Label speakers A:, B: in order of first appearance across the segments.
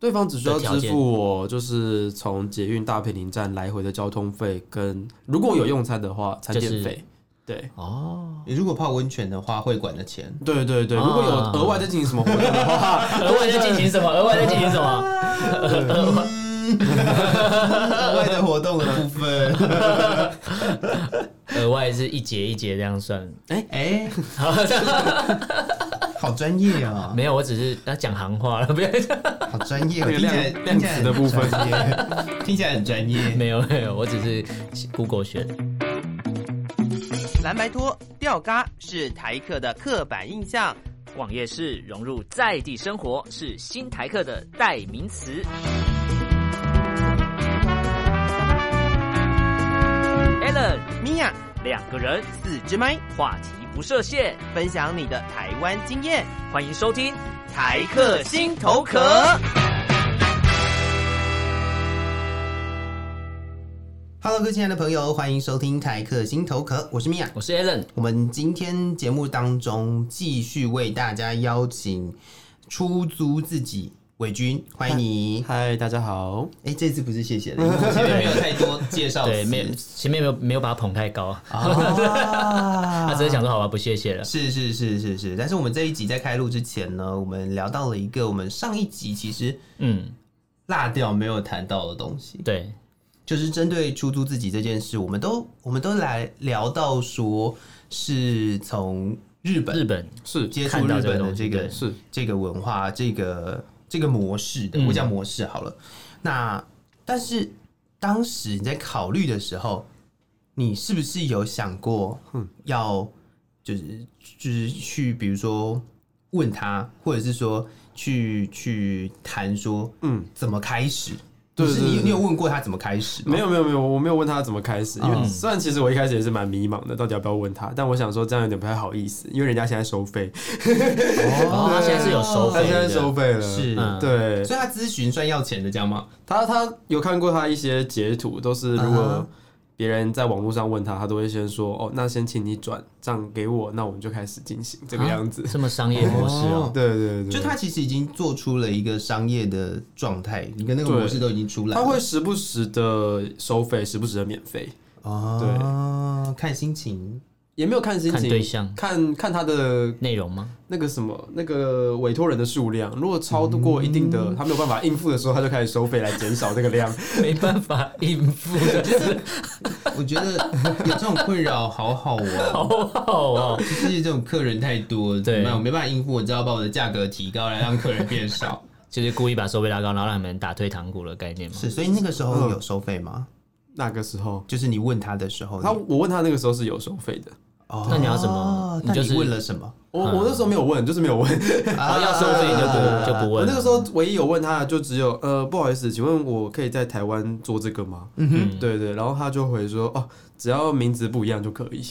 A: 对方只需要
B: 的条
A: 支
B: 件
A: 付我就是从捷运大平林站来回的交通费，跟如果有用餐的话，餐
B: 就
A: 点
B: 是
A: 费。对
B: 哦，
C: 你如果泡温泉的话，会馆 的钱，
A: 对对对，
B: 啊
A: 如果有额外再进行什么活动的话，
B: 额外在进 行什么？额外在进行什么？
C: 嗯额外的活动的部分。
B: 额外是一节一节这样算。
C: 哎、 好专业啊、
B: 没有，我只是要讲行话了，不 要
C: 好专业、哦，
A: 那个
C: 听起来
A: 量
C: 听起
A: 量
C: 来
A: 词的部分
C: 很专业， 听起来很专业。
B: 没有没有，我只是 Google 学的。
D: 蓝白拖、吊嘎是台客的刻板印象。
E: 网页式融入在地生活是新台客的代名词。Allen
D: 米娅，
E: 两个人，
D: 四支麦，
E: 话题不设限，
D: 分享你的台湾经验，
E: 欢迎收听。
D: 台客心头壳。
C: Hello，各位亲爱的朋友，欢迎收听台客心头壳，我是米娅。
B: 我是 Alan，
C: 我们今天节目当中继续为大家邀请出租自己伟军，欢迎你。
A: 嗨，大家好，
C: 哎、这次不是谢 谢了，因为我前面没有太多介绍词，
B: 对，没有前面没有没有把他捧太高，
C: 啊
B: 他只是想说好吧，不谢谢了。
C: 是是是是是，但是我们这一集在开录之前呢，我们聊到了一个我们上一集其实
B: 嗯，
C: 落掉没有谈到的东西，
B: 对，
C: 就是针对出租自己这件事，我们都我们都来聊到说是从日本
B: 日本
A: 是
C: 接触
B: 看
C: 日
B: 到
C: 本
B: 这个
C: 的
B: 东西
C: 这个
B: 对
A: 是
C: 这个文化这个这个模式的，
B: 嗯
C: 我讲模式好了。那但是当时你在考虑的时候，你是不是有想过
A: 嗯
C: 要就是就是去比如说问他，或者是说去去谈说
A: 嗯，
C: 怎么开始？
A: 对
C: 就是
A: 对
C: 你
A: 对
C: 你有问过他怎么开始吗？
A: 没有没有没有，我没有问他怎么开始，因为
B: 嗯
A: 虽然其实我一开始也是蛮迷茫的，到底要不要问他，但我想说这样有点不太好意思，因为人家现在收费，
B: 哦，他现在是有收
A: 他
B: 费
A: 现在
B: 的，
A: 收费了，
C: 是
B: 嗯
A: 对
C: 所以他咨询算要钱的，这样吗？
A: 他他有看过他一些截图，都是如
B: 嗯
C: 啊
A: 果
C: 哈
A: 别人在网络上问他，他都会先说哦，那先请你转账给我，那我们就开始进行这个
B: 啊
A: 样子。
B: 这么商业模式哦。
A: 对对对，
C: 就他其实已经做出了一个商业的状态，你跟那个
A: 对
C: 模式都已经出来了。
A: 他会时不时的收费，时不时的免费，
C: 哦，看心情。
A: 也没有看心情，
B: 看对象
A: 看看他的
B: 内容吗？
A: 那个什么那个委托人的数量，如果超过一定的、
B: 嗯
A: 他没有办法应付的时候，他就开始收费来减少这个量。
B: 没办法应付的，
C: 我觉得有这种困扰好好玩，
B: 好好哦。
C: 就是这种客人太多，
B: 对
C: 那我没办法应付，我只好把我的价格提高来让客人变少。
B: 就是故意把收费拉高，然后让你们打退堂鼓的概念嘛。
C: 是，所以那个时
B: 嗯
C: 候有收费吗？
A: 那个时候，
C: 就是你问他的时候，
A: 他我问他那个时候是有收费的，
C: 哦
B: 那你要怎么
C: 那
B: 你就
C: 你
B: 是
C: 问了什么？
A: 我
B: 嗯
A: 我那时候没有问，就是没有问。
B: 哦，要收费就
C: 啊
B: 不就不
A: 我
B: 问了。
A: 那个时候唯一有问他的就只有呃，不好意思，请问我可以在台湾做这个吗？
B: 嗯
A: 对对，然后他就回说哦，只要名字不一样就可以，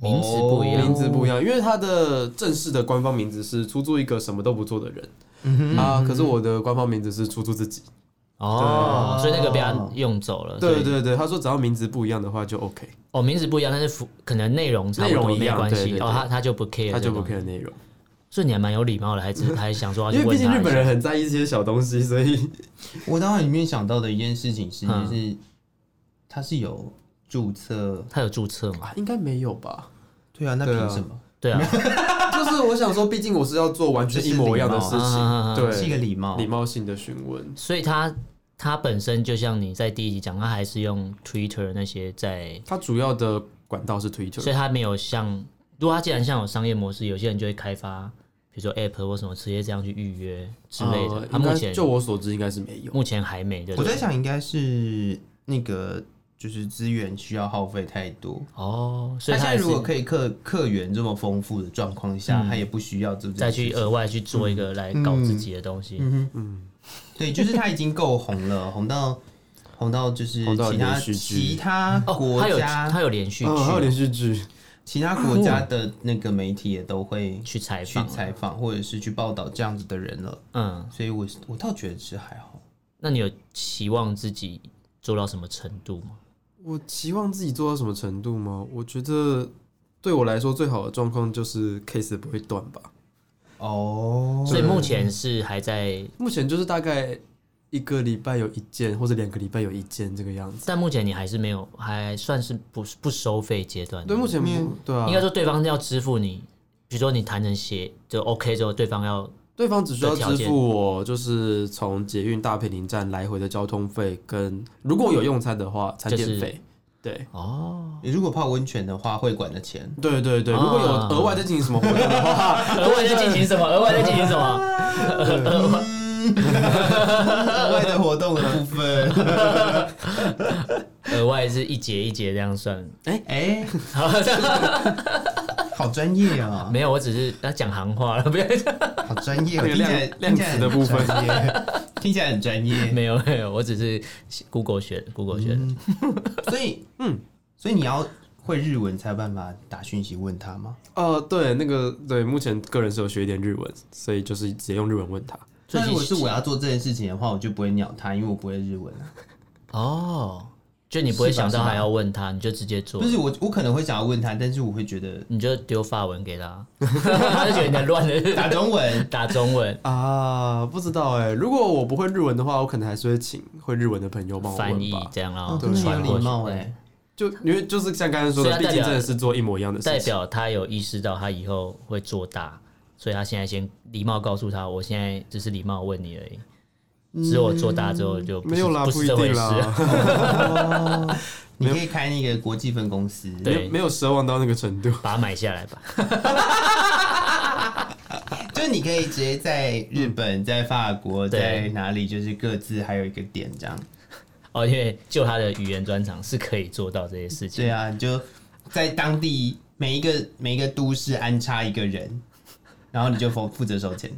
B: 名字不
C: 哦
B: 一样，
A: 名字不一样，因为他的正式的官方名字是出租一个什么都不做的人、
B: 嗯
A: 啊，可是我的官方名字是出租自己。
B: 哦，所以那个被他用走了。所
A: 对
B: 以
A: 对对，他说只要名字不一样的话就 OK，
B: 哦，名字不一样，但是服可能内容差不
A: 内
B: 多
A: 容一
B: 没
A: 样
B: 关
A: 对
B: 系。
A: 对对
B: 哦，他他就不 care，
A: 他就
B: 这
A: 不
B: 种
A: care 内容，
B: 所以你还蛮有礼貌的，还只还想说要
A: 因
B: 去
A: 为毕
B: 哦问
A: 竟
B: 他
A: 日
B: 一
A: 本
B: 下。
A: 人很在意这些小东西，所 以
C: 我当然里面想到的一件事情是，
B: 嗯
C: 就是他是有注册，
B: 他有注册吗？
A: 啊应该没有吧？
C: 对啊，那
A: 对啊
C: 凭什么？
B: 对啊，
A: 就是我想说，毕竟我是要做完全一模一样的事
B: 这是礼貌 啊
A: 情，对，
C: 是一个礼貌
A: 礼。貌性的询问。
B: 所以他他本身就像你在第一集讲，他还是用 Twitter 那些在，
A: 它主要的管道是
B: 所
A: Twitter，
B: 以他没有像，如果他既然像有商业模式，有些人就会开发，比如说 App 或什么直接这样去预约之类的。
C: 哦
A: 呃
B: 他
A: 应该
B: 目前
A: 就我所知应该是没有。
B: 目前还没的。
C: 我在
B: 对
C: 想，应该是那个就是资源需要耗费太多。
B: 哦，所以
C: 他现
B: 他
C: 在
B: 也是
C: 如果可以客客源这么丰富的状况下，他也不需要这
B: 再去呃额外去做一
C: 嗯
B: 个来搞自己的东西。
C: 对，就是他已经够红了， 红到红到就是
A: 红到
C: 其他
A: 连续剧
C: 其他
B: 哦，
C: 国
B: 他有
C: 家、哦
B: 他有连续
A: 嗯，还有连
B: 剧
A: 续剧，
C: 其他国家的那个媒体也都会
B: 去采
C: 去
B: 访，
C: 采访或者是去报道这样子的人了，
B: 嗯，
C: 所以我我倒觉得是还好。
B: 那你有期望自己做到什么程度吗？
A: 我期望自己做到什么程度吗？我觉得对我来说最好的状况就是 case 不会断吧。
C: 哦，
B: 所以目前是还在，
A: 目前就是大概一个礼拜有一件，或者两个礼拜有一件这个样子。
B: 但目前你还是没有，还算是不不收费阶段。
A: 对，目前不对啊，
B: 嗯应该说对方要支付你，比如说你谈成协就 OK 之后，对方要
A: 对方只需要
B: 的条
A: 支
B: 件
A: 付我就是从捷运大坪林站来回的交通费，跟如果有用餐的话，餐
B: 就
A: 点
B: 是
A: 费。对
B: 哦，
C: 你如果泡温泉的话，会馆的钱
A: 对对对，
B: 啊
A: 如果有额外再进行什么 活动
B: 哦
A: 的话，
B: 额外在进行 什么？额外在进行什么？
C: 嗯额外的活动的部分，
B: 额外是一节一节这样算。
C: 哎，好专业啊，
B: 没有，我只是要讲行话了，不要讲。
C: 好专业，啊
A: 那个
C: 听起来
A: 量
C: 听起
A: 量
C: 来
A: 子的部分
C: 很专业， 听起来很专业。
B: 没有没有，我只是 Google 学的，Google 学的。
C: 嗯所以，嗯，所以你要会日文才有办法打讯息问他吗？
A: 呃，对，那个对，目前个人是有学一点日文，所以就是直接用日文问他。
B: 最
C: 那
B: 近
C: 如果是我要做这件事情的话，我就不会鸟他，因为我不会日文啊。
B: 哦，就你不会
C: 是吧
B: 想到
C: 是吧
B: 还要问他，你就直接做
C: 不。是我，我可能会想要问他，但是我会觉得
B: 你就丢法文给他， 他就觉得你在乱
C: 打
B: 的
C: 中文
B: 打中文
A: 啊，不知道哎、如果我不会日文的话，我可能还是会请会日文的朋友帮我
B: 翻
A: 问
B: 译
A: 吧。
B: 这样，然
C: 哦
B: 后，
C: 真的有
B: 传过
C: 礼
B: 去
C: 貌哎。
A: 就因为就是像刚才说
B: 所以
A: 的，
B: 它
A: 毕
B: 代
A: 竟
B: 表
A: 真的是做一模一样的事
B: 代
A: 情。
B: 表他有意识到他以后会做大，所以他现在先礼貌告诉他，我现在只是礼貌问你而已。只有我做大之后就不
A: 嗯
B: 是
A: 没有啦，
B: 不
A: 不
B: 是
A: 一
B: 这回
A: 定
B: 事。啊
A: 啦，
C: 你可以开那个国际分公司，
B: 对
A: 没有没有奢望到那个程 度。
B: 把它买下来吧。
C: 就是你可以直接在日本、在法国、
B: 对
C: 在哪里，就是各自还有一个点这样。
B: 哦，因为就他的语言专长是可以做到这些事情。
C: 对啊，你就在当地每一个每一个都市安插一个人，然后你就负负责收钱。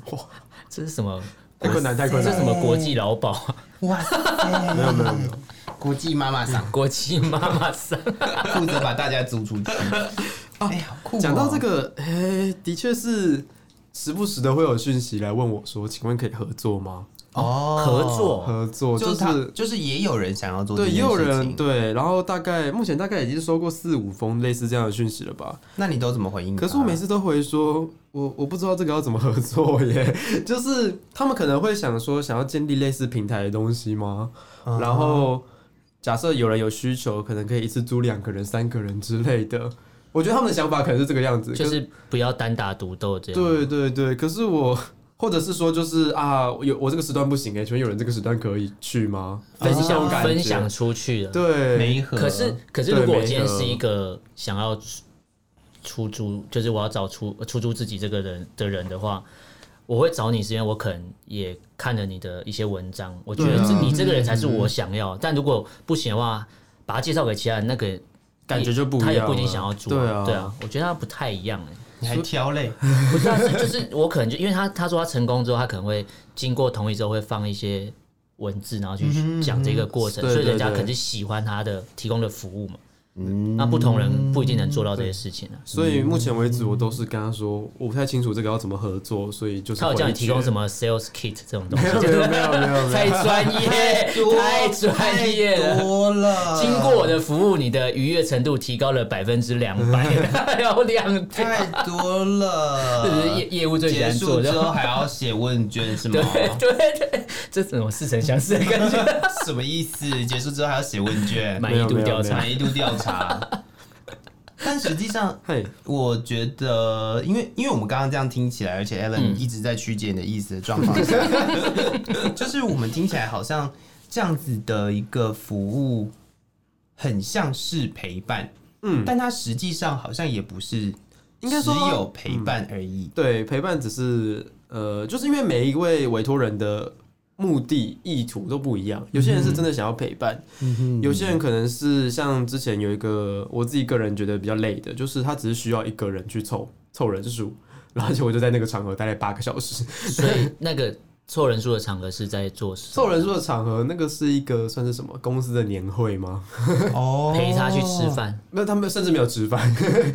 B: 这是什么？
A: 太困难，太困
B: 这是
A: 难
B: 什
A: 了。
B: 么国际劳保啊？
A: 哦
C: 哇塞！没有没有没有，国际妈妈桑
B: 国际妈妈桑？
C: 负责把大家租出去。 哎，好酷哦！
A: 讲到这个，哎、的确是时不时的会有讯息来问我说，请问可以合作吗？
C: 哦，
B: 合作
A: 合作
C: 就
A: 就是
C: 他
A: 是
C: 就是也有人想要做这
A: 对，
C: 件
A: 也
C: 事情，
A: 有人对，然后大概目前大概已经收过四五封类似这样的讯息了吧？
C: 那你都怎么回
B: 嗯
C: 应他？
A: 可
B: 啊
A: 是我每次都回说，我我不知道这个要怎么合作耶。 就是他们可能会想说，想要建立类似平台的东西吗？
B: 啊
A: 然后假设有人有需求，可能可以一次租两个人、三个人之类的。我觉得他们的想法可能是这个样子，
B: 就
A: 可
B: 是不要单打独斗这样。
A: 对对对。可是我。或者是说，就是啊，有我这个时段不行哎、请问有人这个时段可以去吗？类
B: 分
A: 似这种
B: 享
A: 感觉，
B: 分享出去的。
A: 对，
C: 没合，
B: 可是可是，
A: 对
B: 如果我
A: 没
B: 今天
A: 合
B: 是一个想要出出租，就是我要找出呃出租自己这个人的人的话，我会找你是因为我可能也看了你的一些文章，我觉得
A: 对啊
B: 这你这个人才是我想要。但如果不行的话，把他介绍给其他人，那个
A: 感觉就不一样
B: 他
A: 了
B: 也不一定想要租。
A: 对啊
B: 对啊，我觉得他不太一样哎。
C: 你还挑 嘞，
B: 不是、啊，是就是我可能就因为他他说他成功之后，他可能会经过同意之后会放一些文字，然后
A: 嗯
B: 去讲这个过程，
A: 对
B: 所以人家
A: 对对嗯
B: 可能是喜欢他的提供的服务嘛。那不同人不一定能做到这些事情啊。
A: 所以目前为止，我都是跟他说，我不太清楚这个要怎么合作，所以就是
B: 他有叫你
A: 回绝
B: 提供什么 sales kit 这种东西
A: 没，有没有没有没有没
B: 太
A: 有，
B: 专业，太专业
C: 太
B: 了。
C: 多了，
B: 经过我的服务，你的愉悦程度提高了百分之两 百，然后两倍，
C: 太多
B: 这只是
C: 了
B: 业。业务最喜
C: 结
B: 欢
C: 束
B: 做
C: 之后
B: 的。
C: 还要写问卷是吗
B: 对？对对，这种似曾相识的感觉。
C: 什么意思？结束之后还要写问卷，
B: 满意度调查
C: 满意度调 查。但实际上，
A: 嘿，
C: 我觉得，因为因为我们刚刚这样听起来，而且
B: 嗯
C: Alan 一直在曲解你的意思的 状况下，就是我们听起来好像这样子的一个服务，很像是陪伴，嗯，但它实际上好像也不是，
A: 应该
C: 只
A: 说嗯
C: 有陪伴而已。
A: 对陪伴只是呃，就是因为每一位委托人的目的意图都不一样，有些人是真的想要陪伴，有些人可能是像之前有一个我自己个人觉得比较累的，就是他只是需要一个人去凑凑人数，然后而且我就在那个场合待了八个小时，
B: 所以那个凑人数的场合是在做什
A: 凑人数的场合，那个是一个算是什么公司的年会吗？
C: 哦
B: 么陪他去吃，饭，
A: 没有，他们甚至没有吃饭，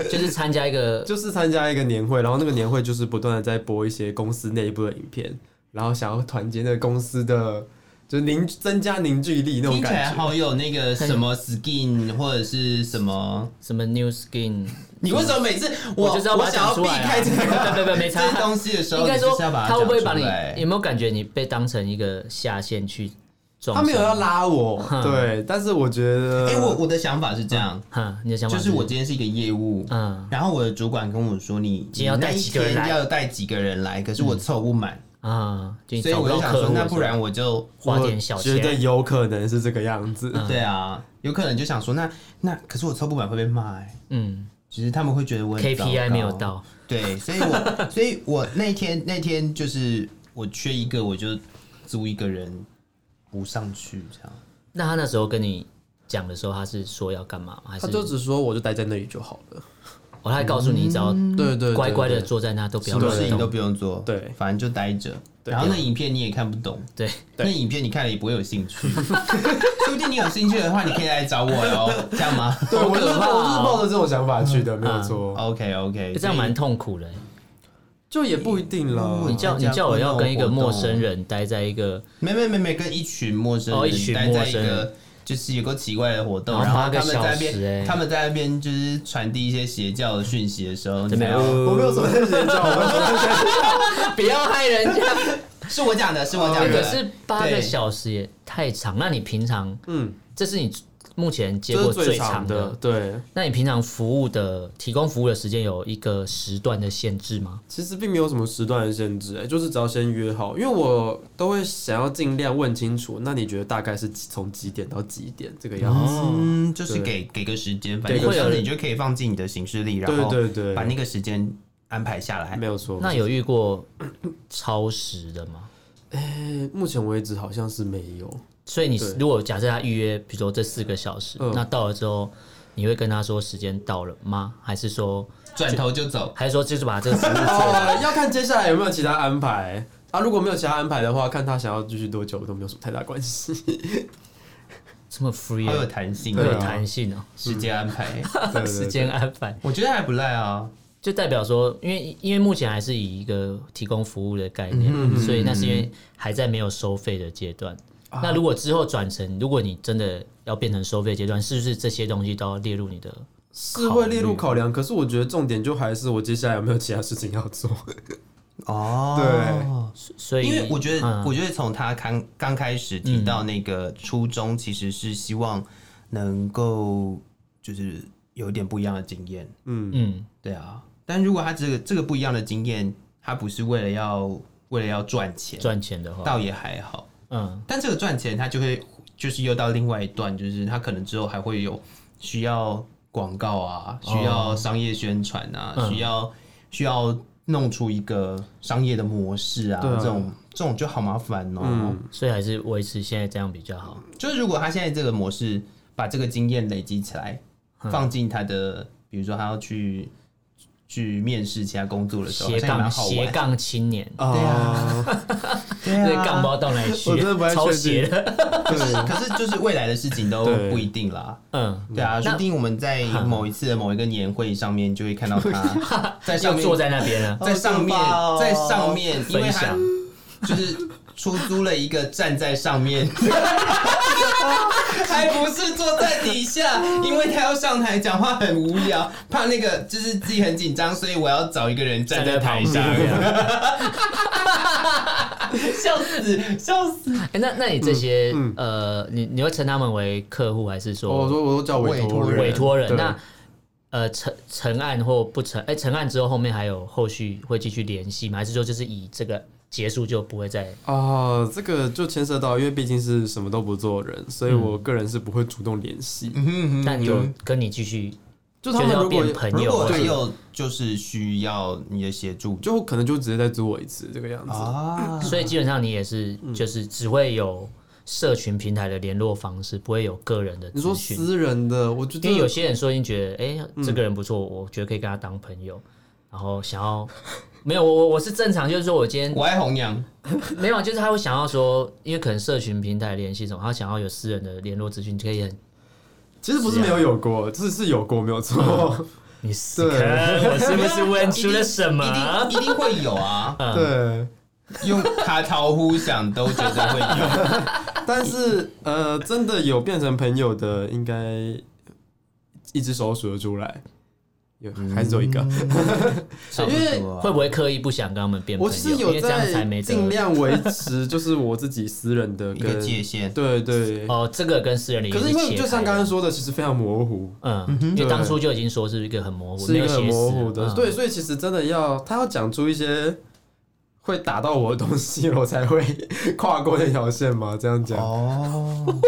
B: 就是参加一个
A: 就是参加一个年会，然后那个年会就是不断的在播一些公司内部的影片，然后想要团结那个公司的就是凝增加凝聚力那种
C: 听起来
A: 感觉。
C: 好有那个什么 skin 或者是什么？
B: 什么 New Skin，
C: 你为什么每次
B: 我
C: 我
B: 就是要把它
C: 想要
B: 讲出
C: 避
B: 来啊
C: 开这个
B: 不不不 没差
C: 这些东西的时候，
B: 应该
C: 你就
B: 说
C: 是要把它
B: 他会不会
C: 讲
B: 把
C: 出
B: 你
C: 来
B: 有没有感觉你被当成一个下线去撞
A: 他
B: 上？
A: 没
C: 啊
A: 有要拉我，对，但是我觉得，
C: 哎、我我的想法是这样，
B: 哼，你的想法
C: 就是我今天是一个业务，
B: 嗯
C: 然后我的主管跟我说你，
B: 今天要带几个人
C: 你那一
B: 来
C: 天要带几个人来，可是我凑不满，
B: 啊，就你
C: 所以
B: 找
C: 我
B: 不
C: 就
B: 到
C: 想
B: 客
C: 说，
B: 户，
C: 那嗯不然我就，
B: 花点小
A: 我觉得
B: 钱，
A: 有可能是这个样子。
B: 嗯
C: 对啊，有可能就想说，那那可是我凑不满会被骂、欸，
B: 嗯
C: 其实他们会觉得我很糟
B: ，KPI
C: 糕
B: 没有，到，
C: 对，所以我 所以我那天那天就是我缺一个，我就租一个人不上去这样。
B: 那他那时候跟你讲的时候，他是说要干嘛吗？还是
A: 他就只说我就待在那里就好了，
B: 哦，他还告诉你，只要
C: 嗯
A: 对对，
B: 乖乖的坐在那，都不要
C: 什么事
B: 乱
C: 情都
B: 动。
C: 不用做，
A: 对
C: 反正就待着。然后那影片你也看不懂，
B: 对，
A: 对
C: 那影片你看了也不会有兴趣。说不定你有兴趣的话，你可以来找我哟， 这样吗
A: 对，我
B: 可
A: 是我是
B: 怕哦
A: 抱着这种想法去的，没有
B: 嗯
A: 错，
C: ？OK OK，
B: 这样蛮痛苦的欸。
A: 就也不一定啦。
B: 嗯你叫
C: 参
B: 你
C: 加
B: 叫我要
C: 活动
B: 跟一个陌生人待在一个，
C: 没没没没跟一群陌生人
B: 哦一群
C: 待在
B: 陌
C: 一
B: 生人哦
C: 个。就是有个奇怪的活动，
B: 然
C: 然
B: 后
C: 后
B: 八
C: 他
B: 个
C: 们在那
B: 小时欸
C: 边，他们在那边就是传递一些邪教的讯息的时候，你
B: 怎么
C: 们
B: 样
C: 要
A: 呃我没有什么在邪教，我没有什么在邪 教
B: 不要害人 家。
C: 是我讲的，是我讲的，
B: 哦可是八个
C: 对
B: 小时也太长，那你平常
A: 嗯，
B: 这是你目前接
A: 这
B: 过
A: 是最
B: 长
A: 长的，对，
B: 那你平常服务的提供服务的时间有一个时段的限制吗？
A: 其实并没有什么时段的限制、哎，就是只要先约好，因为我都会想要尽量问清楚，那你觉得大概是几从几点到几点这个样子？
C: 嗯，就是
A: 哦对
C: 给给个时间，反
A: 给
C: 正
A: 个
C: 这样
B: 时
C: 子
B: 间
C: 你就可以放进你的行事历，嗯然
A: 对
C: 后
A: 对对，嗯
C: 把那个时间安排下来
A: 没。有错。
B: 那有遇过超时的吗？
A: 哎目前为止好像是没有，
B: 所以你
A: 对
B: 如果假设他预约，比如说这四个小时，
A: 嗯
B: 那到了之后，你会跟他说时间到了吗？还是说，
C: 转头就走。
B: 还是说就是把这个服务做完？
A: 哦，要看接下来有没有其他安排啊。如果没有其他安排的话，看他想要继续多久都没有什么太大关系。
B: 这 么 free，
C: 好有
B: 啊
C: 弹性，
B: 很
A: 嗯对啊
B: 有弹性哦、
C: 时间安排，
A: 对对对
B: 时间安排
C: 我觉得还不赖啊。
B: 就代表说，因为因为目前还是以一个提供服务的概
C: 嗯
B: 念，所以那是因为还在没有收费的阶段。
C: 嗯
B: 那如果之后转成，如果你真的要变成收费阶段，是不是这些东西都要列入你的？
A: 是会列入考量，可是我觉得重点就还是我接下来有没有其他事情要做。
C: 哦，
B: 所以，
C: 因为我觉得，
B: 嗯
C: 我觉得从他刚刚开始提到那个初衷，其实是希望能够就是有一点不一样的经验，
A: 嗯，
B: 嗯，
C: 对啊。但如果他这个这个不一样的经验，他不是为了要为了要赚钱，
B: 赚钱的话，
C: 倒也还好。
B: 嗯，
C: 但这个赚钱，他就会就是又到另外一段，就是他可能之后还会有需要广告啊，需要商业宣传啊，
B: 嗯
C: 需要需要弄出一个商业的模式啊，
A: 对啊
C: 这种这种就好麻烦哦、
B: 所以还是维持现在这样比较好。
C: 就是如果他现在这个模式把这个经验累积起来，放进他的，比如说他要去去面试其他工作的时候，好
B: 斜
C: 像也蛮
B: 杠
C: 嗯好
B: 斜
C: 玩。
B: 杠青年，
A: 对啊，
C: 对
B: 这
C: 啊，
B: 杠包到哪里去？
A: 我真的不太
B: 超
A: 确
B: 斜
A: 定
B: 的，
A: 对，
C: 可是就是未来的事情都
A: 对
C: 不一定啦。
B: 嗯，
C: 对啊，说不定我们在某一次的某一个年会上面就会看到 他在上
B: 要
C: 面，
B: 坐在那边啊了，
C: 在上面
A: 好可怕哦，
C: 在上面，因为
B: 分
C: 他
B: 享。
C: 就是出租了一个站在上面， 还不是坐在底下，因为他要上台讲话很无聊，怕那个就是自己很紧张，所以我要找一个人站在台上。
B: 站在旁
C: 笑死，笑死！
B: 哎、那那你这些、
C: 嗯
B: 呃，你你会称他们为客户，还是说
A: 哦
C: 哦
A: 我说我都叫委托
C: 人
B: 委托人？
A: 对
B: 那呃成成案或不成？哎、成案之后后面还有后续会继续联系吗？还是说就是以这个结束就不会再？
A: 啊，这个就牵涉到，因为毕竟是什么都不做的人，所
B: 嗯
A: 以我个人是不会主动联系。
C: 嗯
B: 但有跟你继续
A: 就他们如果
B: 嗯就是要变朋友
C: 如果还
A: 对
C: 有就是需要你的协助
A: 就可能就直接再租我一次这个样子。
B: 哦
A: 嗯
C: 啊，
B: 所以基本上你也是，就是只会有社群平台的联络方式，不会有个人的
A: 你说
B: 资讯。
A: 私嗯人的，我觉
B: 因为有
A: 得
B: 些人说，你觉得哎、这个人不错，我觉得可以跟他当朋友，然后想要 没有我我我是正常，就是说我今天
C: 我爱红娘，
B: 没有，啊就是他会想要说，因为可能社群平台联系什么，他想要有私人的联络资讯，可以很
A: 其实不是没有有过，就是是有过没有错。
B: 你死
A: 对
B: 看我是不是问出了什
C: 一
B: 么？嗯
C: 定一定会有啊。
A: 对，
C: 用卡桃呼想都觉得会用，
A: 但是呃，真的有变成朋友的，应该一只手数得出来，有还是有一个。
B: 嗯
C: 差不多啊
B: 会不会刻意不想跟他们变朋
A: 我
B: 友？
A: 其实
B: 因
A: 有
B: 为这样才
A: 在
B: 没
A: 尽
B: 得。
A: 量维持，就是我自己私人的
C: 一个
A: 跟
C: 界限
A: 对对，
B: 哦，这个跟私人领域
A: 可是因为
B: 切
A: 就像
B: 开
A: 刚刚
B: 的，
A: 说的，其实非常模糊，
B: 嗯，因为
A: 对
B: 当初就已经说是一个很模糊，
A: 是一
B: 没有
A: 个很
B: 写死
A: 模糊的。
B: 嗯
A: 对，所以其实真的要他要讲出一些会打到我的东西， 我才会跨过那条线嘛。这样讲，
C: 哦。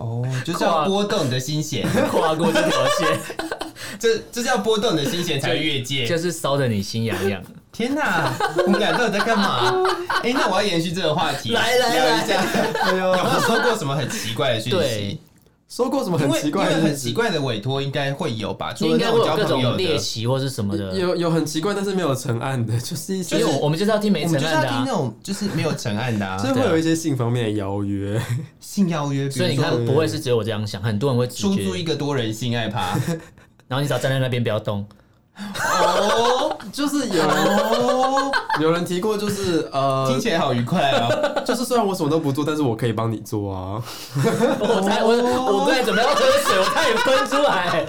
C: 哦，就是要波动你的心弦，
B: 跨过这条线，
C: 这就是要波动你的心弦才会越界。
B: 就是烧得你心痒 痒。
C: 天哪，我们俩到底在干嘛？ 哎、那我要延续这个话题，
B: 来来来
C: 聊一下，
A: 哎呦，
C: 有没有收过什么很奇怪的讯
B: 对
C: 息？，
A: 说过什么
C: 因
A: 很
C: 为
A: 奇怪
C: 因
A: 的
C: 为
A: 日
C: 很
A: 子
C: 奇？怪的委托应该会有吧，除了
B: 应该
C: 那
B: 会有
C: 种交
B: 各
C: 朋友
B: 种
C: 的。
B: 猎奇或是什么的。
A: 有有很奇怪，但是没有成案的，就是一
B: 因
A: 些
B: 为，
C: 啊
B: 我我们就是要听没
C: 我
B: 成
C: 们就是要
B: 案的、
C: 听
B: 啊
C: 那，种就是没有成案的、啊，
A: 就是会有一些性方面的邀 约。
C: 性邀约，比
B: 所以
C: 如
B: 你
C: 说
B: 看，不会是只有我这样想，很多人会直
C: 出租一
B: 觉。
C: 个多人性爱趴，
B: 然后你只要站在那边不 要动，
C: 哦
A: 就是有人
C: 哦，
A: 有人提过，就是呃
C: 听，起来好愉快啊！
A: 就是虽然我什么都不做，但是我可以帮你做啊。
B: 我才我我刚才准备要喝水，我差点喷出来。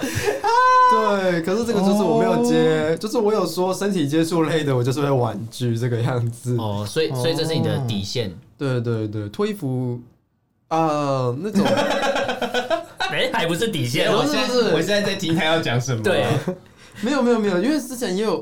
A: 对，可是这个就是我没有
C: 哦
A: 接，就是我有说身体接触类的，我就是会婉拒这个样子。
B: 哦，所以所以这是你的底线。
A: 对对对，脱衣服啊、那种
B: 哎、还不是底线
C: 我
B: 哦。
C: 现
A: 不是不
C: 在
A: 是
C: 我现在在听他要讲什 么，啊
B: 对，
A: 没有没有没有，因为之前也有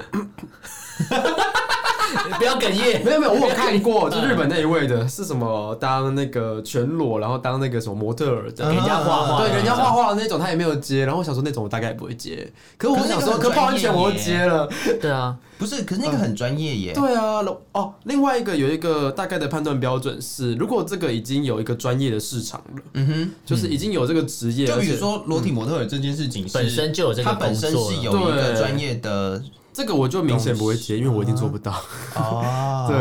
B: 不要哽咽。
A: 没有没有，我有看过，就日本那一位的是什么当那个全裸，然后当那个什么模特儿的
C: 嗯
B: 给。人家画画，
A: 对，给人家画画的那种，他也没有接。然后我想说，那种我大概也不会接。可是我
C: 可是
A: 想
C: 那个
A: 说，
C: 很
A: 可泡温
C: 专业
A: 泉我又
C: 耶
A: 接了，
B: 对啊，
C: 不是，可是那个很专业耶，
A: 对啊，然后哦，另外一个有一个大概的判断标准是，如果这个已经有一个专业的市场了，
C: 嗯哼。
A: 就是已经有这个职业，
C: 就比
A: 而
C: 如
A: 且
C: 说裸体模特儿这件事情是，
B: 嗯本身就有这个
C: 它本身
B: 工作
C: 是
B: 了
C: 有一个
A: 对
C: 专业的
A: 这个我就明显不会接，因为我一定做不到，
C: 哦
B: 啊
A: 对，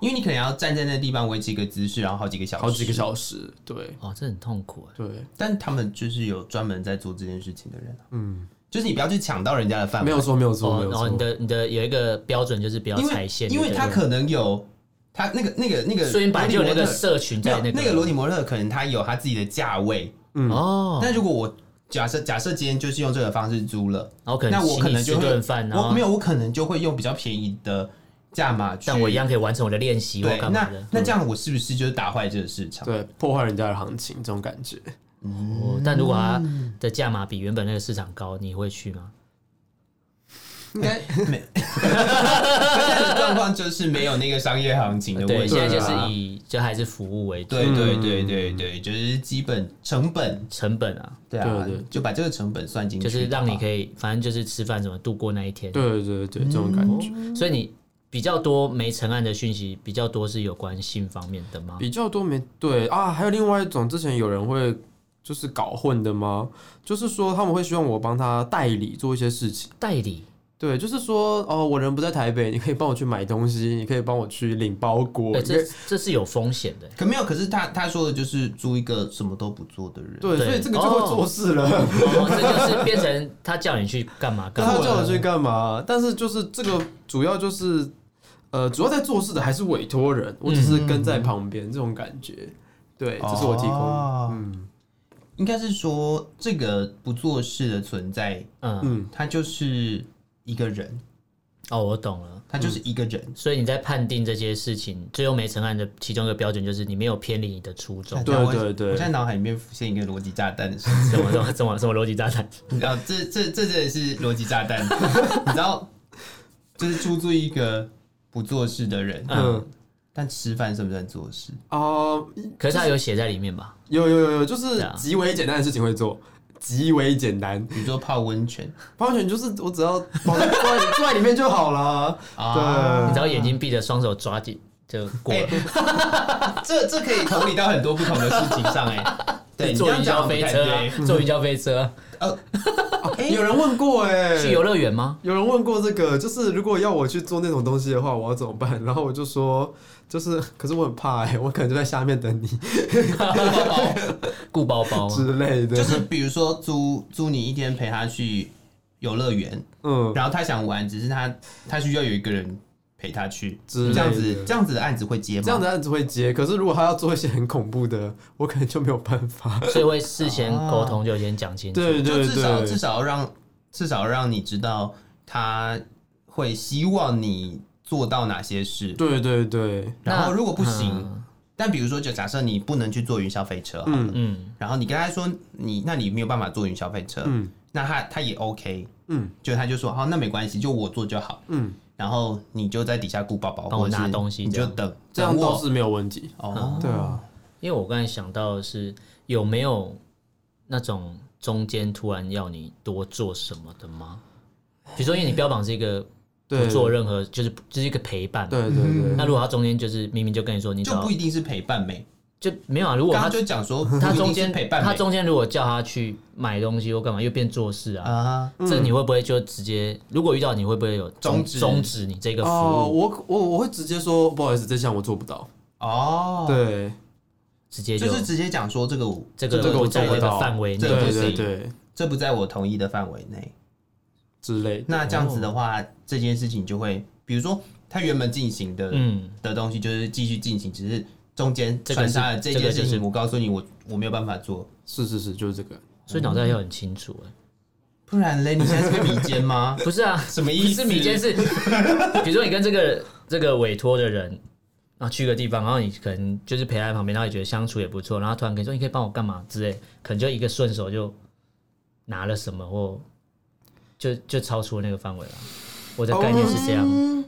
C: 因为你可能要站在那地方维持一个姿势，然后好几个小时，
A: 好几个小时，对
B: 哦，这很痛苦哎。
A: 对，
C: 但他们就是有专门在做这件事情的人啊、
A: 嗯，
C: 就是你不要去抢到人家的饭碗，
A: 没有错，没有错，
B: 哦
A: 没，有
B: 然后
A: 错
B: 你，的你的有一个标准就是不要
C: 因
B: 踩
C: 为
B: 线，
C: 因为
B: 对不
C: 他
B: 对
C: 可能有他那个那个那个，
B: 所以你本来就有那个
C: 设
B: 社群
C: 没
B: 在
C: 有
B: 个
C: 那个裸体模特儿可能他有他自己的价位，
B: 哦，
C: 但如果我假设假设今天就是用这个方式租了，
B: 然后可能
C: 那我可
B: 请
C: 能
B: 你
C: 就
B: 吃
C: 会
B: 顿饭，然啊
C: 我
B: 后
C: 没有我可能就会用比较便宜的价码去，
B: 但我一样可以完成我的练习，我
C: 对，
B: 干嘛
C: 那
B: 的？嗯
C: 那这样我是不是就是打坏这个市 场？
A: 对，破坏人家的行情这种感觉，
B: 哦，但如果它
A: 嗯
B: 的价码比原本那个市场高，你会去吗？
A: 应该
C: 现在的状况就是没有那个商业行情的
B: 对，
C: 问
B: 现
C: 题。
B: 在就是
A: 对啊
B: 以嗯就还是服务为主，
C: 对对对对对，就是基本成本，
B: 成本啊，
C: 对啊
A: 对对，
C: 就把这个成本算进去
B: 就
C: 的话，
B: 是让你可以，反正就是吃饭怎么度过那一天。
A: 对对对，这种感觉
B: 所以你比较多没成案的讯息，比较多是有关性方面的吗？
A: 比较多没对啊，还有另外一种，之前有人会就是搞混的吗？就是说他们会希望我帮他代理做一些事情。
B: 代理
A: 对，就是说，哦，我人不在台北，你可以帮我去买东西，你可以帮我去领包裹。
B: 对，
A: 你可
B: 哎这
A: 以
B: 这是有风险的。
C: 可没有，可是他他说的就是租一个什么都不做的人，
A: 对，
B: 对
A: 所以这个就会做事了。
B: 哦，这就是变成他叫你去干嘛
A: 对
B: 干
A: 他
B: 嘛。
A: 叫我去干嘛？但是就是这个主要就是，呃，主要在做事的还是委托人，我只是跟在旁边、这种感觉。对，这是我提供。
C: 哦
A: 嗯
C: 应该是说这个不做事的存在，
B: 嗯，
A: 嗯，
C: 他就是一个人，
B: 哦，我懂了。
C: 他就是一个人，
B: 所以你在判定这些事情最后没成案的其中一个标准，就是你没有偏离你的初衷。
A: 对
C: 然后我
A: 对对
C: 我现在脑海里面浮现一个逻辑炸弹的事情。
B: 怎 么怎么怎么怎么逻辑炸弹？
C: 你知道，这这这真的是逻辑炸 弹。你知道，就是出租一个不做事的人，
A: 嗯
C: 但吃饭算不算做事？
A: 哦、
B: 可是他有写在里面吧？
A: 有有有有，就
B: 对
A: 是
B: 啊
A: 极为简单的事情会做，极为简单。
C: 比如说泡温泉
A: 泡温泉就是我只要把它坐在 坐在里面就好了。对
B: 你只要眼睛闭着，双手抓紧就过了。
C: 哎 这这可以同理到很多不同的事情上哎、对，你这
B: 坐
C: 样
B: 云
C: 讲
B: 霄
C: 我不
B: 飞
C: 太
B: 车啊
C: 对。，
B: 坐云霄飞车啊
C: 哎
A: 有人问过哎、
B: 去游乐园吗？
A: 有人问过这个，就是如果要我去做那种东西的话，我要怎么办？ 然后我就说，就是可是我很怕哎、我可能就在下面等你
B: 顾包包啊吗？
A: 之类的。
C: 就是比如说租租你一天陪他去游乐园，
A: 嗯，
C: 然后他想玩，只是他他需要有一个人陪他去，
A: 之类
C: 这样子
A: 的
C: 这样子的案子会接吗？
A: 这样的案子会接，可是如果他要做一些很恐怖的，我可能就没有办法。
B: 所以会事先沟通就先讲清楚。
A: 对
C: 就
A: 对
C: 至少至
A: 对，
C: 少要让至少要让你知道他会希望你做到哪些事。
A: 对对对，
B: 那
C: 然后如果不行，
B: 嗯
C: 但比如说，就假设你不能去坐云霄飞车，嗯，
A: 嗯
B: 嗯，
C: 然后你跟他说你那你没有办法坐云霄飞车，
A: 嗯
C: 那他他也 OK，
A: 嗯
C: 就他就说好，那没关系，就我做就好。
A: 嗯，
C: 然后你就在底下顾宝宝，
B: 帮我
C: 或者是
B: 拿东西
C: 你
B: 这
C: 就
B: 样嗯
C: 等
A: 这样
C: 等
A: 倒
C: 我
A: 是没有问题。
C: 哦，
A: 对啊，
B: 因为我刚才想到的是有没有那种中间突然要你多做什么的吗？比如说，因为你标榜是一个不
A: 对，
B: 做任何，就是就是一个陪伴。
A: 对对对，
B: 那如果他中间就是明明就跟你说，你只
C: 就
B: 要
C: 不一定是陪伴美。
B: 就没有啊？如果
C: 刚
B: 他
C: 刚就讲说
B: 他
C: 不一定
B: 中
C: 是
B: 间
C: 陪伴
B: 他
C: 美
B: 中间如果叫他去买东西或干嘛，又变做事啊，
C: 啊，
B: 这你会不会就直接？如果遇到你会不会有
C: 终止
B: 止终止你这个服务？
A: 哦，我我我会直接说不好意思，这项我做不到。
C: 哦，，
A: 对
B: 直接
C: 就是直接讲说这个我
B: 这个
A: 这个我
B: 在
A: 做
B: 这
A: 不
B: 个
A: 到
B: 范围内
C: 这个不
A: 对
C: 行
A: 对对
C: 这不在我同意的范围内。
A: 之类的。
C: 那这样子的话，这件事情就会，比如说他原本进行的、
B: 嗯，
C: 的东西，就是继续进行，只是中间
B: 这个
C: 穿
B: 是
C: 插了这
B: 这
C: 件
B: 个就
C: 事情。
B: 是
C: 我告诉你，我我没有办法做，
A: 是是是，就是这个。
B: 所以脑袋要很清楚、欸。
C: 不然嘞，你现在是个迷奸
B: ？
C: 吗
B: 不是啊，
C: 什么
B: 不
C: 意思？
B: 是米间 是，比如说你跟这个这个委托的人。然后去个地方，然后你可能就是陪他在旁边，然后也觉得相处也不错，然后突然跟你说你可以帮我干嘛之类，可能就一个顺手就拿了什么或就就超出那个范围了。我的概念是这样，
A: 嗯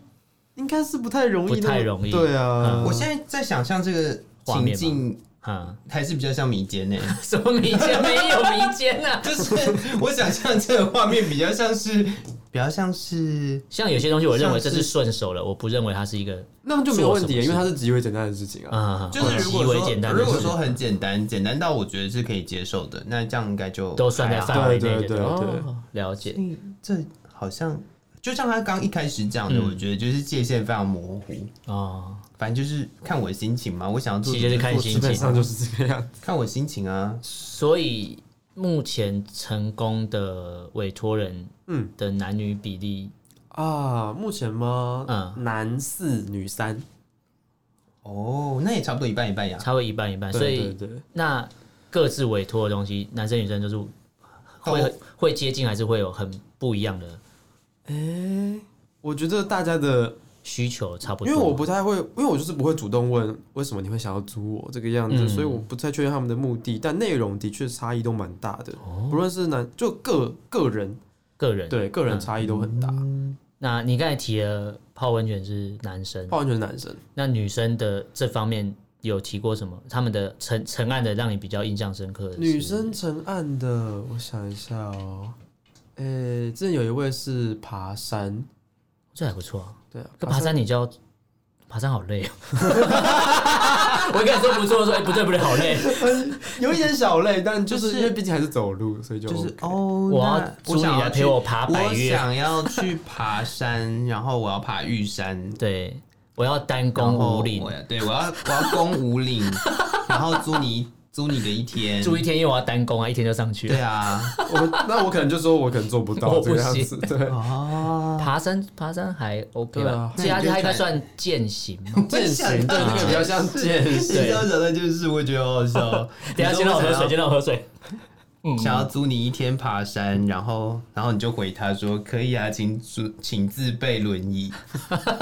A: 应该是不太容易那么，
B: 不太容易嗯
A: 对啊，
C: 我现在在想象这个
B: 画
C: 情
B: 面吗
C: 境，
B: 啊、
C: 还是比较像迷奸欸呢、
B: 什么迷奸没有迷奸啊？
C: 就是 我想象这个画面比较像是，比较像是
B: 像有些东西，我认为这
C: 像
B: 是
C: 是
B: 顺手了，我不认为它是一个
A: 那就没有问题，
B: 做什么
A: 因
B: 事
A: 为它是极为简单的事情啊。
B: 啊，
C: 就是如果
B: 极为
C: 说
B: 简单的
C: 如果
B: 事
C: 说很简单，简单到我觉得是可以接受的，那这样应该就
B: 都算在
C: 还好
B: 范围内
A: 对
B: 的，
A: 对对对
B: 哦了解。
C: 嗯这好像就像他刚一开始讲的，
B: 嗯
C: 我觉得就是界限非常模糊。
B: 哦，
C: 反正就是看我的心情嘛，我想要做
B: 其实就是看
C: 做
B: 心
A: 基
B: 情
A: 本上就是这个样子。
C: 看我心情啊。
B: 所以目前成功的委托人，
A: 嗯
B: 的男女比例，
A: 啊，目前吗？
B: 嗯
A: 男四女三，
C: 哦，那也差不多一半一半呀。
B: 差不多一半一半，所
A: 对对
B: 以
A: 对，
B: 那各自委托的东西，男生女生就是会
C: 都
B: 会接近，还是会有很不一样的
A: 我觉得大家的，
B: 需求，差不
A: 因
B: 多。
A: 为我不太会，因为我就是不会主动问为什么你会想要租我这个样子，
B: 嗯
A: 所以我不太确定他们的目的，但内容的确差异都蛮大的，
B: 哦
A: 不论是男就个个人，
B: 个人，
A: 对个人
B: 嗯
A: 差异都很大，
B: 那你刚才提了泡温泉是男生，
A: 泡完全是男生。
B: 那女生的这方面有提过什么？他们的成成案的让你比较印象深刻的是
A: 女生成案的，我想一下哦，呃、之前有一位是爬山，
B: 这还不错、啊。
A: 对啊，
B: 可爬山你就要爬山好累哦。 我跟你说不错，说哎、不对不对，好累。
A: 有一点小累，但就是
C: 就是
A: 因为毕竟还是走路，所以就
C: 就是
A: OK
C: 哦，
B: 我要
C: 那
B: 租你
C: 想
B: 来
C: 要
B: 陪
C: 去
B: 我爬百
C: 我
B: 越
C: 想要去爬山， 然后我要爬玉山，
B: 对，我要单
C: 然后
B: 攻五岭
C: 我，要对，我要我要攻五岭， 然后租你租你的一天，
B: 住一天，因为我要单攻啊，一天就上去
C: 对
B: 了。
C: 啊，
A: 我那我可能就说我可能做不到
B: 我
A: 这
B: 不
A: 个样
B: 行
A: 子，对，
C: 哦，
B: 爬山爬山还 OK
A: 对
B: 吧
A: 啊？
B: 其他
C: 那你就
B: 它应该
C: 看。
B: 算践行嘛
C: 我
A: 践行
C: 想到
A: 对那个比较像践
C: 你
A: 行
C: 知道讲的就是，我觉得好好 笑。
B: 等一下啊先让我喝水，先嗯
C: 想
B: 让我喝水。
C: 要想要租你一天爬山，然后然后你就回他说可以啊，请租请自备轮椅。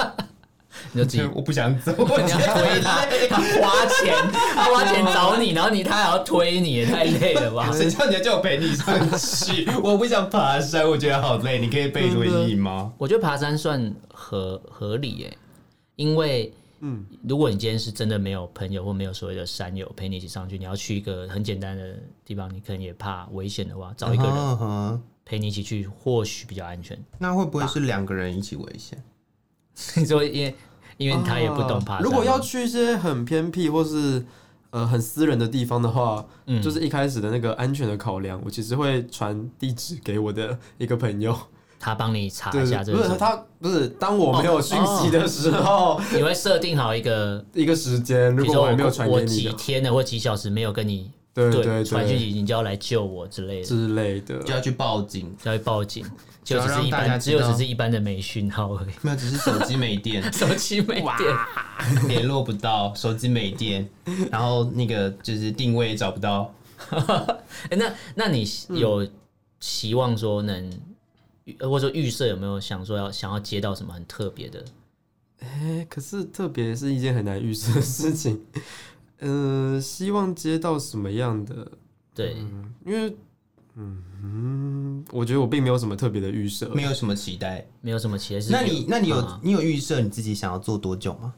B: 你就自己
C: 我不想走，我 觉得
B: 推他，他花钱，他花钱找你，然后你他还要推你，也太累了 吧？
C: 谁叫你要叫我陪你上去？ 我不想爬山，我觉得好累。你可以备轮椅吗？
B: 我觉得爬山算合合理耶、因为嗯，如果你今天是真的没有朋友或没有所谓的山友陪你一起上去，你要去一个很简单的地方，你可能也怕危险的话，找一个
A: 啊
B: 人
C: 嗯哼，
B: 陪你一起去，或许比较安 全。
C: 那会不会是两个人一起危险？
B: 你说，因为因为他也不懂爬
A: 哦啊
B: 山嘛，
A: 如果要去一些很偏僻或是呃很私人的地方的话，
B: 嗯
A: 就是一开始的那个安全的考量，我其实会传地址给我的一个朋友，
B: 他帮你查
A: 对
B: 一下，，这
A: 不
B: 个
A: 是
B: 是
A: 他不是当我没有讯息的时候，
B: 你会设定好一个，
A: 一个时间，
B: 比
A: 如
B: 如
A: 果
B: 说
A: 我也没有
B: 我
A: 传
B: 哦我
A: 给你
B: 几
A: 的，
B: 天的或几小时没有跟你
A: 对对对，
B: 传讯息你就要来救我之类的，
A: 之类的，
C: 就要去报警，
B: 就要报警。就
C: 就要
B: 只是
C: 让
B: 一
C: 大家
B: 般，
C: 知
B: 只有
C: 道
B: 只是一般的没讯号而已。
C: 没有，只是手机没电，
B: 手机没电，
C: 联络不到，手机没电，然后那个就是定位也找不到。
B: 哎、那那你有
C: 嗯
B: 期望说能，呃或者说预设有没有想说要想要接到什么很特别的？
A: 哎，可是特别是一件很难预测的事情。嗯、希望接到什么样的？
B: 对，
C: 嗯
A: 因为，嗯，我觉得我并没有什么特别的预设。
C: 没有什么期待。
B: 没有什么期待。是
C: 那你那你有、
B: 啊
C: 你有预设你自己想要做多久吗？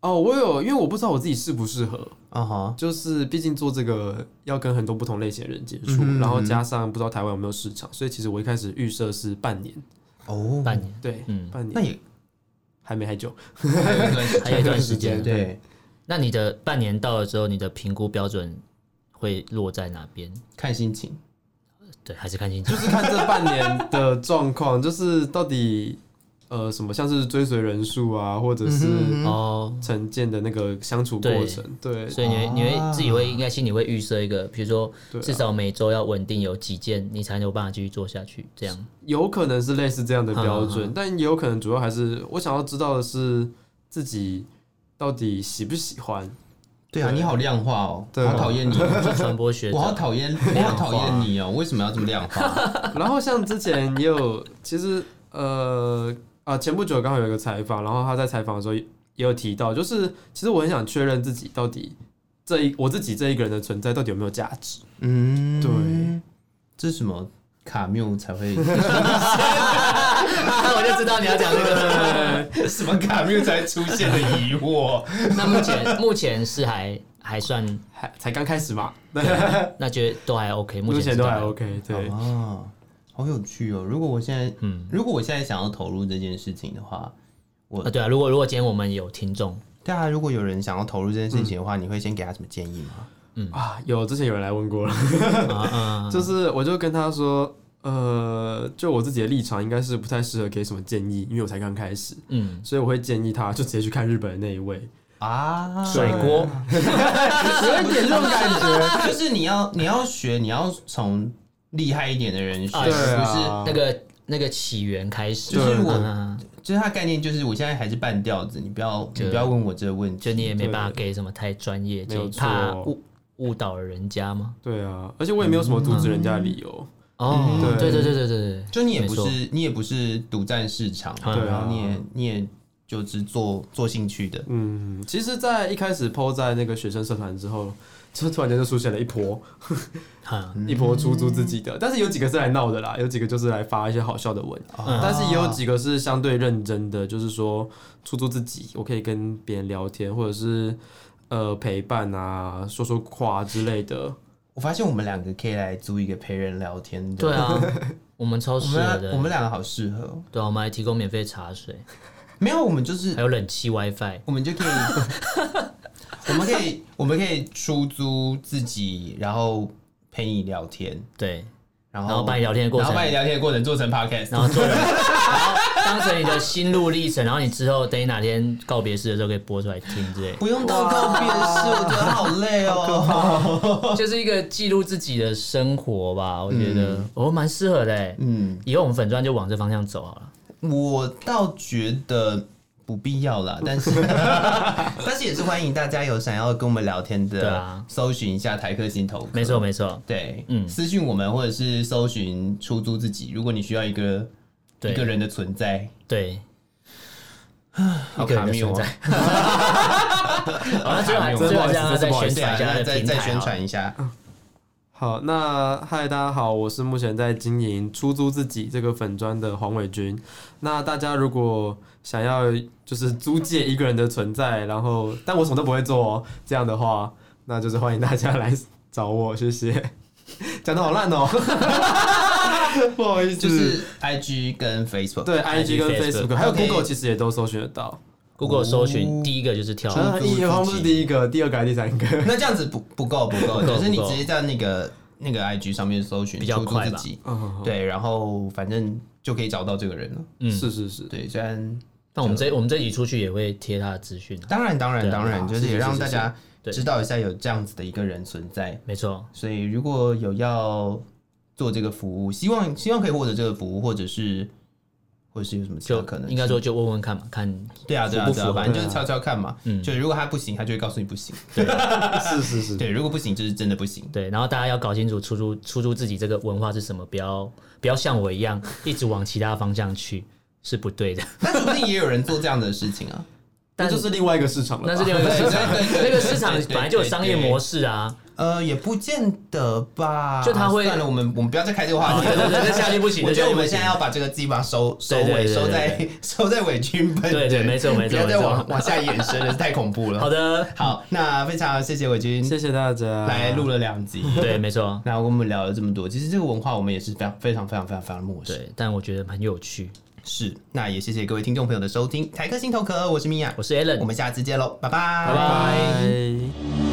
A: 哦，我有，因为我不知道我自己适不适合。
C: 啊哈，
A: 就是毕竟做这个要跟很多不同类型的人接
C: 嗯
A: 触，
C: 哼
A: 然后加上不知道台湾有没有市场，所以其实我一开始预设是半年，
C: 哦，
B: 半 年，
A: 对，
B: 嗯
A: 半
C: 那
A: 年
C: 也
A: 还没太久。
C: 还有一段时间
B: 还有一段时间。
C: 对，
B: 那你的半年到了之后，你的评估标准会落在哪边？
C: 看心情。
B: 对，还是看清楚
A: 就。是看这半年的状况，就是到底呃什么，像是追随人数啊，或者是
C: 嗯哼
B: 哦，
A: 成建的那个相处过程，对
B: 所以你会
C: 啊
B: 你会自己会应该心里会预设一个，比如说
A: 对啊
B: 至少每周要稳定有几件，你才有办法继续做下去。这样
A: 有可能是类似这样的标准，
B: 嗯
A: 但也有可能主要还是我想要知道的是自己到底喜不喜欢，
C: 对啊，
A: 对
C: 你好量化哦，
A: 对啊
C: 好讨厌你哦，
B: 传播学
C: 我好
B: 长
C: 讨厌，我好讨厌你哦，为什么要这么量化？
A: 然后像之前也有，其实呃啊，前不久刚好有一个采访，然后他在采访的时候也也有提到，就是其实我很想确认自己到底这一我自己这一个人的存在到底有没有价值。
C: 嗯，
A: 对，
C: 这是什么卡缪才会，
B: 我就知道你要讲这个。
C: 什么卡缪才出现的疑惑？
B: 那目前目前是还还算，
A: 还才刚开始嘛，
B: 那觉得都还 OK，目
A: 目前
B: 前
A: 都还 OK，对，
C: 啊，好有趣哦！如果我现在，
B: 嗯
C: 如果我现在想要投入这件事情的话，我
B: 啊，对啊，如果如果今天我们有听众，
C: 大家如果有人想要投入这件事情的话，你会先给他什么建议吗？
A: 啊，有之前有人来问过了，
B: 啊嗯
A: 就是我就跟他说，呃，就我自己的立场应该是不太适合给什么建议，因为我才刚开始，
B: 嗯，
A: 所以我会建议他就直接去看日本的那一位，
C: 啊，
B: 水锅
A: 有一点这种感觉，
C: 就是你要你要学，你要从厉害一点的人学，
B: 啊
C: 不
A: 对
C: 是？
A: 啊
B: 那个那个起源开始，
C: 就是我
B: 嗯
C: 就是他概念就是我现在还是半吊子，你不要你
B: 对
C: 不要问我这个问
B: 就
C: 题。
B: 你也没办法给什么太专业
A: 没有
B: 建议，
A: 错
B: 怕误误导了人家吗？
A: 对啊，而且我也没有什么阻止人家的理由。
B: 哦，
A: 嗯对
B: 对对对对对对，
C: 就你也不
B: 没错
C: 是你也不是独占市场，
B: 对啊
C: 然后你也你也就是做做兴趣的，
A: 嗯，其实，在一开始 PO 在那个学生社团之后，就突然间就出现了一波、
B: 哈
A: 一波出租自己的，但是有几个是来闹的啦，有几个就是来发一些好笑的文，
B: 嗯
A: 但是也有几个是相对认真的，就是说出租自己，我可以跟别人聊天，或者是呃陪伴啊，说说话之类的。
C: 我发现我们两个可以来租一个陪人聊天的。
B: 对，啊，我们超
C: 我
B: 适合
C: 们
B: 的，
C: 我们两个好适合哦。
B: 对啊，我们还提供免费茶水，
C: 没有，我们就是
B: 还有冷气 WiFi，
C: 我们就可以， 我们可以我们可以出租自己，然后陪你聊天，
B: 对，
C: 然后
B: 然后把你聊天的过
C: 然后
B: 程
C: 把你聊天的过程做成 podcast，
B: 然后做，然后当成你的心路历程，然后你之后等你哪天告别式的时候可以播出来听之类，
C: 不用到告别式，我觉得好累哦。
B: 就是一个记录自己的生活吧。我觉得我蛮适合的欸，
C: 嗯，
B: 以后我们粉砖就往这方向走好了。
C: 我倒觉得不必要 啦，但是 但是也是欢迎大家有想要跟我们聊天
B: 对
C: 的
B: 啊，
C: 搜寻一下台客心头壳，
B: 没错没错，
C: 对，嗯，
B: 嗯
C: 私信我们或者是搜寻出租自己，如果你需要一个
B: 对
C: 一个人的存在，
B: 对，
C: 好
B: 一个人的
C: 卡密
B: 存
C: 哦
B: 在。好，那哦最后
A: 真不好意思
B: 还最后这
A: 真
B: 样再
A: 不好意
B: 宣
A: 思
C: 对
B: 传
C: 啊
B: 一下他
C: 那
B: 的
C: 再
B: 平
C: 再
B: 台嗯
C: 宣
B: 好了，
C: 传一下，
A: 好，那嗨，大家好，我是目前在经营出租自己这个粉砖的黄伟军。那大家如果想要就是租借一个人的存在，然后但我什么都不会做哦，这样的话，那就是欢迎大家来找我，谢谢。讲的好烂 哦，不好意思，
C: 就是 I G 跟 Facebook，
A: 对 IG 跟
B: Facebook
A: Facebook 还有
C: OK
A: Google 其实也都搜寻得到。
B: Google 搜寻第一个就是跳，
A: 啊，
C: 自己
A: 一红是第一个，第二个还是第三个？
C: 那这样子不不够不够，
B: 不够
C: 就是你
B: 不够
C: 直接在那个那个 IG 上面搜寻
B: 比较
C: 出租
B: 快
C: 自
B: 吧
C: 己，
A: 嗯，
C: 对，然后反正就可以找到这个人了。
B: 嗯，
A: 是是是，
C: 对，虽然
B: 那我们这我们这集出去也会贴他的资讯啊，
C: 当然当然
B: 对啊
C: 当然，
A: 好
C: 就是
A: 是
C: 也
A: 是
C: 让
A: 是
C: 大
A: 是
C: 家
B: 对
C: 知道一下有这样子的一个人存在。
B: 没错，
C: 所以如果有要做这个服务，希望希望可以获得这个服务，或者是或者是有什么其他
B: 就
C: 可能
B: 应
C: 性？
B: 该说就问问看嘛，看
C: 对啊对啊
B: 符不
C: 对啊，
B: 符合
C: 反正就是敲敲看嘛。
B: 嗯
C: 就如果他不行，他就会告诉你不行。
A: 是是是，
C: 对，如果不行，就是真的不行。
B: 对，然后大家要搞清楚出租出租自己这个文化是什么，不要不要像我一样一直往其他方向去，是不对的。
C: 但说不定也有人做这样的事情啊。
A: 那就是另外一个市场了吧。
B: 那是另外一个市 场，那个市场本来就有商业模
C: 式。
B: 式啊。
C: 呃，也不见得吧。
B: 就他会啊
C: 算了，我们我们不要再开这个话题了。
B: 对对对这下去不行
C: 我觉
B: 这下
C: 得
B: 去不
C: 我
B: 行
C: 们现在要把这个计划收收
B: 对对对
C: 尾，
B: 对
C: 收在
B: 对
C: 收在伪军本。
B: 对对没错没错
C: 不要再
B: 没错
C: 往往下延伸了，太恐怖了。
B: 好，的，
C: 好，那非常谢谢伪军
A: 谢谢大家，
C: 来录了 两集。
B: 对，没错，
C: 那我们聊了这么多，其实这个文化我们也是非常非常非常非常非常陌生。
B: 对，但我觉得很有趣。
C: 是，那也谢谢各位听众朋友的收听，台客心头壳，我是米娅，
B: 我是 Alan，
C: 我们下次见喽，拜拜，
A: 拜拜。